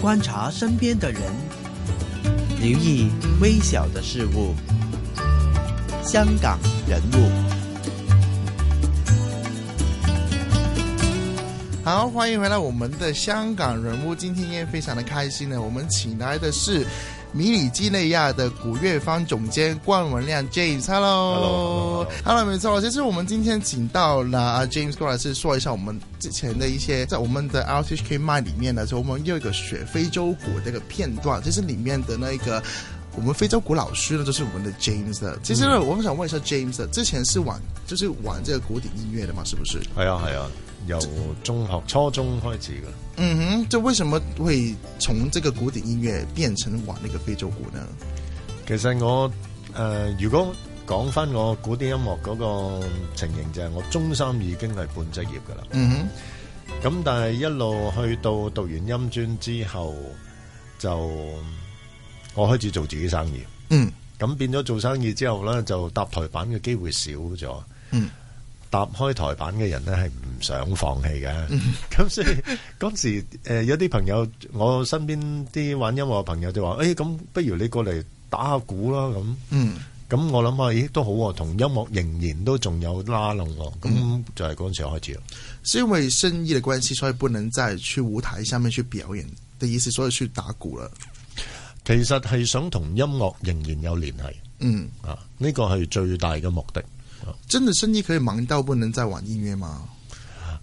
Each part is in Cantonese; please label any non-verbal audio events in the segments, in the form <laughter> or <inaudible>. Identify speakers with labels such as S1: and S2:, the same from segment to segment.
S1: 观察身边的人，留意微小的事物。香港人物，
S2: 好，欢迎回来我们的香港人物。今天也非常的开心呢，我们请来的是米里基内亚的古乐坊总监冠文亮 James。Hello，Hello，没错，其实我们今天请到了啊 James 过来是说一下我们之前的一些在我们的 RTHK Mind 里面呢，我们又有一个学非洲鼓的一个片段，就是里面的那个。我们非洲鼓老师呢，就是我们的 James 的。其实呢，我想问一下 James 的，之前是玩就是玩这个古典音乐的嘛，是不是？
S3: 係啊係啊，由中學初中開始嘅。
S2: 嗯哼，就为什么会从这个古典音乐变成玩那个非洲鼓呢？
S3: 其實我誒、呃如果講翻我古典音樂嗰個情形，就係、我中三已經係半職業㗎啦。
S2: 嗯哼，
S3: 咁但係一路去到讀完音專之後，就我開始做自己生意。
S2: 嗯
S3: 咁變咗做生意之後咧，就搭台板嘅機會少咗。
S2: 嗯，
S3: 搭開台板嘅人咧係唔想放棄嘅。咁、所以嗰時、呃、有啲朋友，我身邊啲玩音樂嘅朋友就話：，誒、哎咁不如你過嚟打下鼓啦咁。
S2: 嗯
S3: 咁我諗下，咦都好喎、同音樂仍然都仲有拉攏喎、咁就係嗰陣時開始咯。
S2: 是因为生意的关系，所以不能再去舞台下面去表演的意思，所以去打鼓了。
S3: 其實係想同音樂仍然有聯繫
S2: 嗯，
S3: 啊，呢個係最大嘅目的。
S2: 真的生意可以忙到不能再玩音乐吗？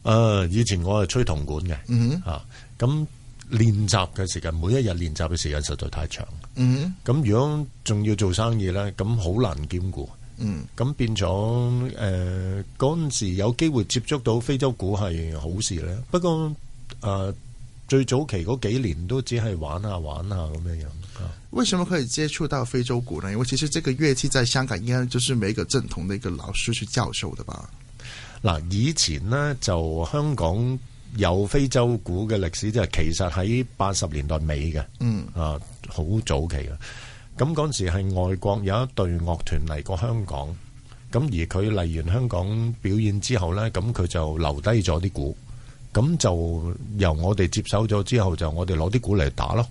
S3: 誒、啊以前我係吹銅管嘅，
S2: 嗯
S3: 啊，咁練習嘅時間，每一日練習嘅時間實在太長。
S2: 嗯
S3: 咁如果仲要做生意咧，咁好難兼顧。
S2: 嗯
S3: 咁變咗誒嗰陣時有機會接觸到非洲鼓係好事咧。不過誒、呃最早期嗰幾年都只係玩下玩下咁樣樣。啊
S2: 为什么可以接触到非洲鼓呢？因为其实这个乐器在香港应该就是每一个正统的一个老师去教授的吧？
S3: 嗱，以前呢，就香港有非洲鼓嘅歷史，就係其實喺八十年代尾嘅，
S2: 嗯
S3: 啊，好早期嘅。咁嗰陣時係外國有一隊樂團嚟過香港，咁而佢嚟完香港表演之後呢，咁佢就留低咗啲鼓，咁就由我哋接手咗之後，就我哋攞啲鼓嚟打咯。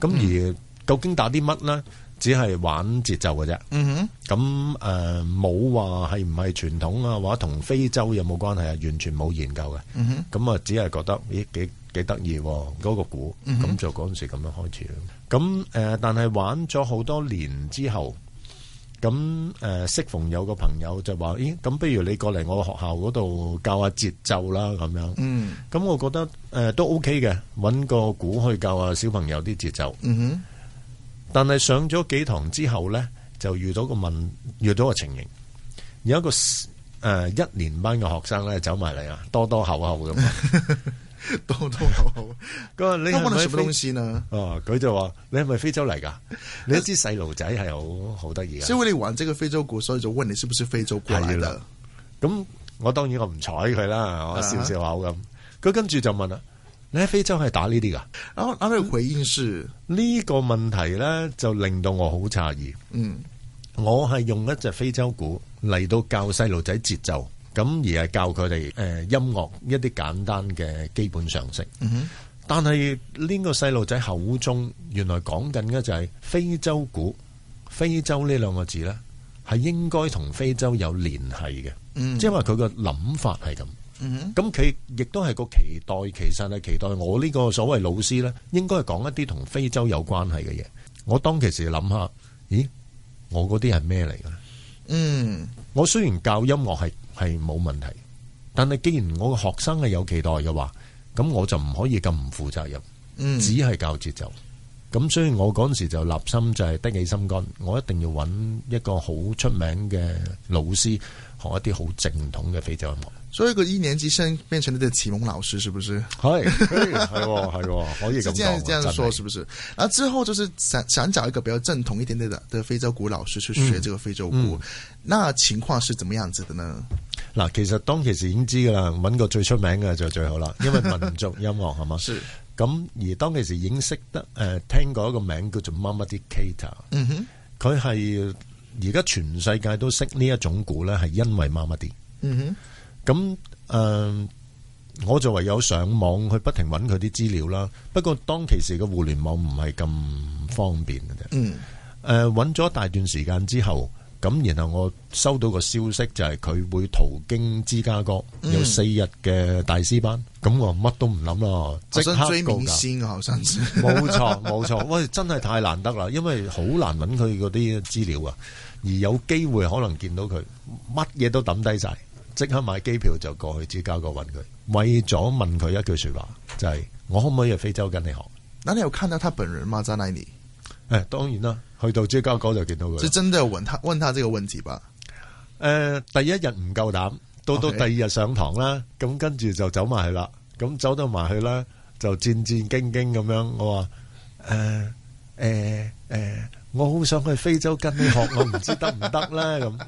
S3: 咁而究竟打啲乜呢？只係玩節奏嘅啫。
S2: 嗯哼，
S3: 咁誒冇話係唔係傳統啊，或者同非洲有冇關係啊？完全冇研究嘅。咁啊、只係覺得咦幾幾得意喎，嗰、個鼓。咁、就嗰陣時咁樣開始咯。咁誒、呃但係玩咗好多年之後，咁誒、呃、適逢有個朋友就話：咦，咁不如你過嚟我學校嗰度教下節奏啦，咁樣。
S2: 嗯
S3: 咁我覺得誒、呃都 OK 嘅，揾個鼓去教下小朋友啲節奏。
S2: 嗯哼，
S3: 但係上咗幾堂之後呢，就遇到個問，遇到個情形，有一個誒、呃一年班嘅學生呢，走埋嚟啊，多多口口咁。
S2: <laughs> 都都好好。
S3: 佢話你
S2: 那玩
S3: 係
S2: 了
S3: 咪
S2: 什么
S3: 非
S2: 东西呢？
S3: 哦，佢就話你係咪非洲嚟㗎？你一知細路仔係好好得意
S2: 是因
S3: 嘅。
S2: 为你玩这个非洲鼓，所以就问你是不是非洲过来
S3: 是
S2: 的
S3: 的。咁我當然我唔睬佢啦，我笑笑口咁。佢跟住就問啦：你喺非洲係打呢啲㗎？
S2: 然后他的回应是，
S3: 呢、個問題呢，就令到我好詫異。
S2: 嗯
S3: 我係用一隻非洲鼓嚟到教細路仔節奏，咁而係教佢哋誒音樂一啲簡單嘅基本常識。
S2: 嗯哼，
S3: 但係呢個細路仔口中原來講緊嘅就係非洲鼓，非洲呢兩個字呢，係應該同非洲有聯繫嘅，
S2: 嗯
S3: 即係話佢個諗法係咁。
S2: 嗯哼，
S3: 咁佢亦都係個期待，其實係期待我呢個所謂老師呢，應該係講一啲同非洲有關係嘅嘢。我當其時諗下，咦，我嗰啲係咩嚟嘅呢？
S2: 嗯
S3: 我雖然教音樂係係冇問題，但係既然我嘅學生係有期待嘅話，咁我就唔可以咁唔負責任，
S2: 嗯，
S3: 只係教節奏。咁所以我嗰陣時就立心就係得起心肝，我一定要揾一個好出名嘅老師學一啲好正統嘅非洲音樂。
S2: 所以一个一年级生变成了的启蒙老师，是不是？
S3: 係係係係，可以
S2: 是
S3: 咁
S2: 这样
S3: 講。
S2: 这样说，
S3: 真係
S2: 是不是？然后之后就是想想找一个比较正统一点点的的非洲鼓老师去学这个非洲鼓，那情况是怎么样子的呢？
S3: 嗱，其實當其時已經知㗎啦，揾個最出名嘅就最好啦，因為民族音樂係嘛。
S2: 是，
S3: 咁而當其時已經識得誒、呃、聽過一個名叫做 Mamadi Keita，
S2: 嗯哼，
S3: 佢係而家全世界
S2: 嗯
S3: 都識呢一種鼓咧，係因為 Mamadi。
S2: 嗯哼，
S3: 咁誒、呃我就唯有上網去不停揾佢啲資料啦。不過當其時嘅互聯網唔係咁方便嘅啫。
S2: 嗯
S3: 誒揾咗大段時間之後，咁然後我收到個消息就係佢會途經芝加哥
S2: 嗯
S3: 有四日嘅大師班，咁我乜都唔諗啦，
S2: 好
S3: 即刻
S2: 像追
S3: 告
S2: 明
S3: 假。
S2: 星啊，好像是。
S3: 冇錯 <laughs> 冇錯，喂，真係太難得啦，因為好難揾佢嗰啲資料啊，而有機會可能見到佢，乜嘢都抌低晒，即刻買機票就過去芝加哥揾佢，為咗問佢一句説話，就係、我可唔可以去非洲跟你學？
S2: <laughs> 那你有看到他本人嗎？在那里
S3: 誒、當然啦，去到芝加哥就見到佢啦
S2: 是。真的有問他問他這個問題吧？
S3: 誒、呃第一日唔夠膽，到到
S2: OK
S3: 第二日上堂啦，咁跟住就走埋去啦，咁走到埋去啦，就戰戰兢兢咁樣，我話誒誒誒，我好想去非洲跟你學，我唔知得唔得咧咁。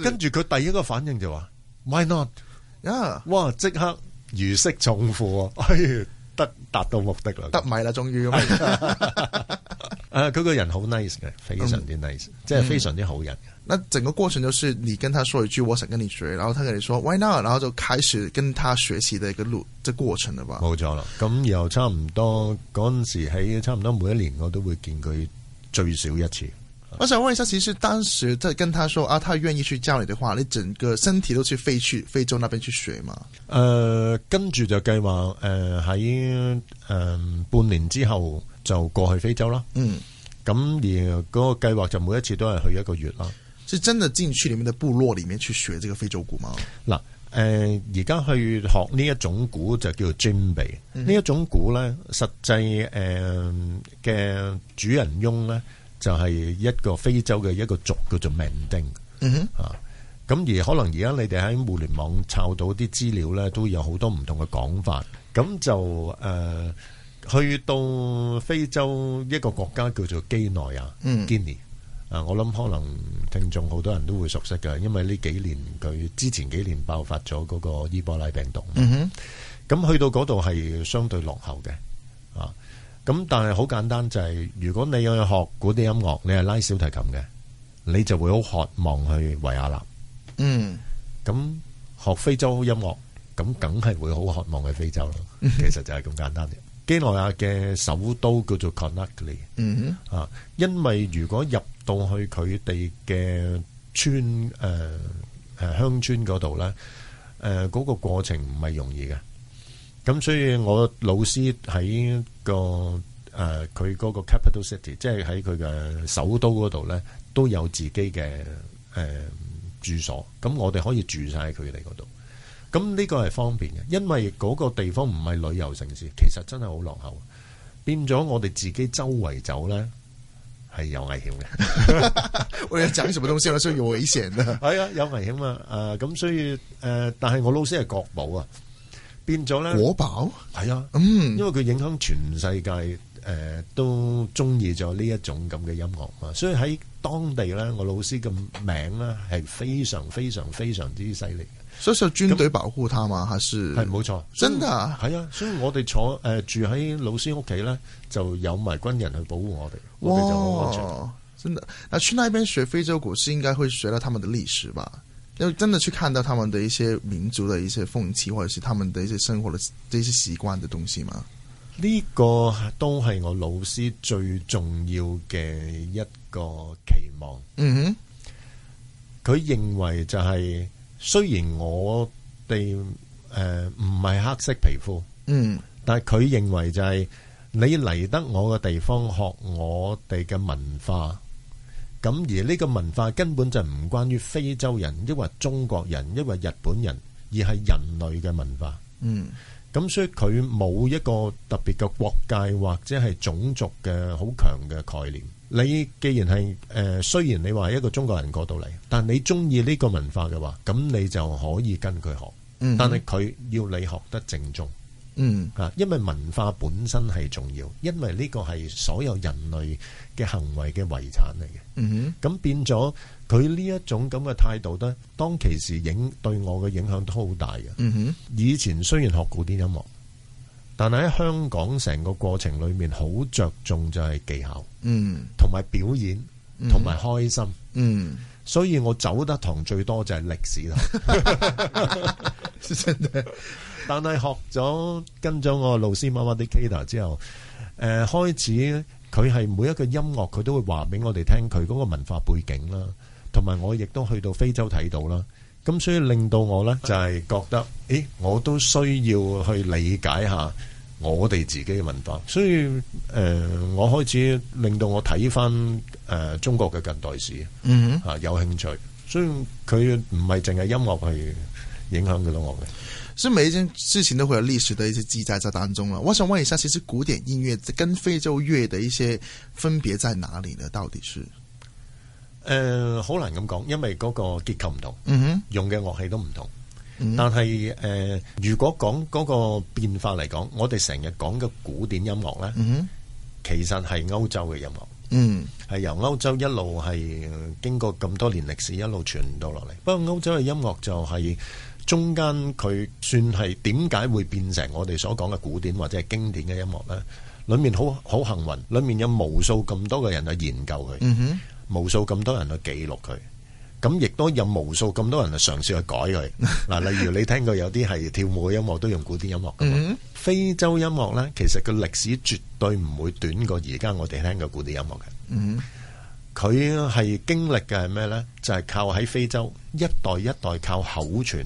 S2: <laughs>
S3: 跟住佢第一個反應就話：Why not？
S2: 呀，
S3: 哇！即刻如釋重負喎， <laughs> 哎，得達到目的啦。
S2: 得米啦，終於咁。
S3: 誒，佢個人好 nice 嘅，非常之 nice，即
S2: 嗯
S3: 係非常之好人。
S2: 那整個過程就是你跟他說一句我想跟你學，然後他跟你說 Why not？然後就開始跟他學習的一個路，這過程了吧？
S3: 冇錯啦，咁又差唔多嗰陣時喺差唔多每一年我都會見佢最少一次。
S2: 我想問一下，其實當時在跟他說啊，他願意去教你的話，你整個身體都去飛去非洲那邊去學嘛？
S3: 誒、呃跟住就計劃誒喺誒半年之後就過去非洲啦。
S2: 嗯，
S3: 咁而嗰個計劃就每一次都係去一個月啦。
S2: 是真的進去裡面的部落裡面去學這個非洲鼓嗎？
S3: 嗱，誒而家去學呢一種鼓就叫做 djembe，呢、一種鼓咧，實際誒嘅主人翁咧就係、一個非洲嘅一個族叫做 Manding，
S2: 嗯
S3: 啊，咁而可能而家你哋喺互聯網抄到啲資料咧，都有好多唔同嘅講法，咁就誒。去到非洲一個國家叫做基內亞，
S2: 嗯
S3: Guinea 啊，我諗可能聽眾好多人都會熟悉嘅，因為呢幾年呃佢之前幾年爆發咗嗰個伊波拉病毒，
S2: 嗯哼，
S3: 咁去到嗰度係相對落後嘅，啊，咁但係好簡單就係、如果你去學古典音樂，你係拉小提琴嘅，你就會好渴望去維也納。
S2: 嗯，
S3: 咁學非洲音樂，咁梗係會好渴望去非洲啦。其實就係咁簡單嘅。基內亞啊嘅首都叫做 Conakry
S2: 嗯
S3: 啊，因為如果入到去佢哋嘅村誒誒、呃鄉村嗰度咧，誒、嗰個過程唔係容易嘅。咁所以我老師喺個誒佢嗰個 capital city，即係喺佢嘅首都嗰度咧，都有自己嘅誒、呃住所。咁我哋可以住晒喺佢哋嗰度。咁呢個係方便嘅，因為嗰個地方唔係旅遊城市，其實真係好落後。變咗我哋自己周圍走咧，係有危險嘅。
S2: 我要講什麼東西，我是有危險的。
S3: <laughs> 係啊，有危險啊！誒、咁所以誒、呃但係我老師係國寶啊，變咗咧，
S2: 國寶，
S3: 係啊，
S2: 嗯
S3: 因為佢影響全世界誒、都中意咗呢一種咁嘅音樂嘛，所以喺當地咧，我老師嘅名咧係非常非常非常之犀利嘅，
S2: 所以是有軍隊保護他嗎？還是
S3: 係冇錯，
S2: 真的啊
S3: 係啊，所以我哋坐誒、住喺老師屋企咧，就有埋軍人去保護我哋，我哋就好安全。
S2: 哇，真的！那去那邊學非洲鼓是應該會學到他們的歷史吧？要真的去看到他們的一些民族的一些風氣，或者是他們的一些生活的这些習慣的東西嘛？
S3: 呢個都係我老師最重要嘅一個期望。
S2: 嗯
S3: 佢認為就係、雖然我哋誒唔係黑色皮膚，
S2: 哼，嗯
S3: 但係佢認為就係、你嚟得我嘅地方學我哋嘅文化。咁而呢個文化根本就唔關於非洲人，抑或中國人，抑或日本人，而係人類嘅文化。
S2: 嗯
S3: 咁所以佢冇一個特別嘅國界或者係種族嘅好強嘅概念。你既然係誒、呃，雖然你話係一個中國人過到嚟，但你中意呢個文化嘅話，咁你就可以跟佢學。
S2: 嗯，
S3: 但係佢要你學得正宗
S2: 嗯
S3: 啊，因為文化本身係重要，因為呢個係所有人類嘅行為嘅遺產嚟嘅。
S2: 嗯哼
S3: 咁變咗佢呢一種咁嘅態度呢，當其時影對我嘅影響都好大嘅。
S2: 嗯哼
S3: 以前雖然學古典音樂，但係喺香港成個過程裏面好着重就係技巧，
S2: 嗯
S3: 同埋表演，同埋開心。
S2: 嗯
S3: 所以我走得堂最多就係歷史啦。
S2: 真係
S3: 但係學咗跟咗我老師媽媽啲 Kita 之後，誒、呃、開始佢係每一個音樂佢都會話俾我哋聽佢嗰個文化背景啦，同埋我亦都去到非洲睇到啦。咁所以令到我呢，就係、覺得，咦，我都需要去理解下我哋自己嘅文化。所以誒、呃我開始令到我睇翻誒中國嘅近代史。
S2: 嗯哼。
S3: 啊有興趣，所以佢唔係淨係音樂去影響佢到我嘅。
S2: 所以每一件事情都会有历史的一些记载在当中了。我想问一下，其实古典音乐跟非洲乐的一些分别在哪里呢？到底是？
S3: 誒、好難咁講，因為嗰個結構唔同，
S2: 嗯哼，
S3: 用嘅樂器都唔同。
S2: 嗯
S3: 但係誒、呃如果講嗰個變化嚟講，我哋成日講嘅古典音樂呢，
S2: 嗯哼，
S3: 其實係歐洲嘅音樂，
S2: 嗯
S3: 係由歐洲一路係呃經過咁多年歷史一路傳到落嚟。不過歐洲嘅音樂就係、中間佢算係點解會變成我哋所講嘅古典或者係經典嘅音樂呢？裡面好好幸運，裡面有無數咁多嘅人去研究佢。
S2: 嗯哼，
S3: 無數咁多人去記錄佢，咁亦都有無數咁多人去嘗試去
S2: <laughs>
S3: 改佢。嗱，例如你聽過有啲係跳舞嘅音樂都用古典音樂噶嘛。
S2: 嗯
S3: 非洲音樂呢，其實個歷史絕對唔會短過而家我哋聽嘅古典音樂嘅。
S2: 嗯哼，
S3: 佢係經歷嘅係咩呢？就係、靠喺非洲一代一代靠口傳，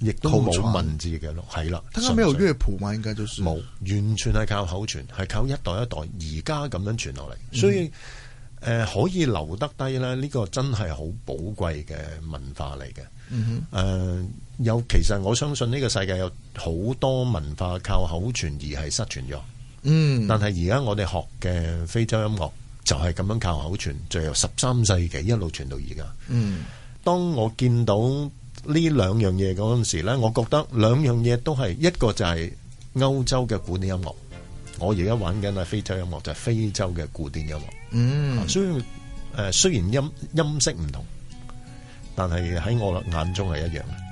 S3: 亦都
S2: 口傳
S3: 冇文字嘅咯，係啦。
S2: 他那边有
S3: 純粹
S2: 乐谱吗？应该就是
S3: 冇，完全係靠口傳，係靠一代一代而家咁樣傳落嚟，所以誒、呃可以留得低咧，呢、個真係好寶貴嘅文化嚟嘅。
S2: 嗯
S3: 誒、有其實我相信呢個世界有好多文化靠口傳而係失傳咗，
S2: 嗯，
S3: 但係而家我哋學嘅非洲音樂就係咁樣靠口傳，就由十三世紀一路傳到而家。
S2: 嗯
S3: 當我見到呢兩樣嘢嗰陣時呢，我覺得兩樣嘢都係一個就係歐洲嘅古典音樂，我而家玩緊嘅非洲音樂就係非洲嘅古典音樂。
S2: 嗯，
S3: 所以誒、呃雖然音音色唔同，但係喺我眼中係一樣嘅。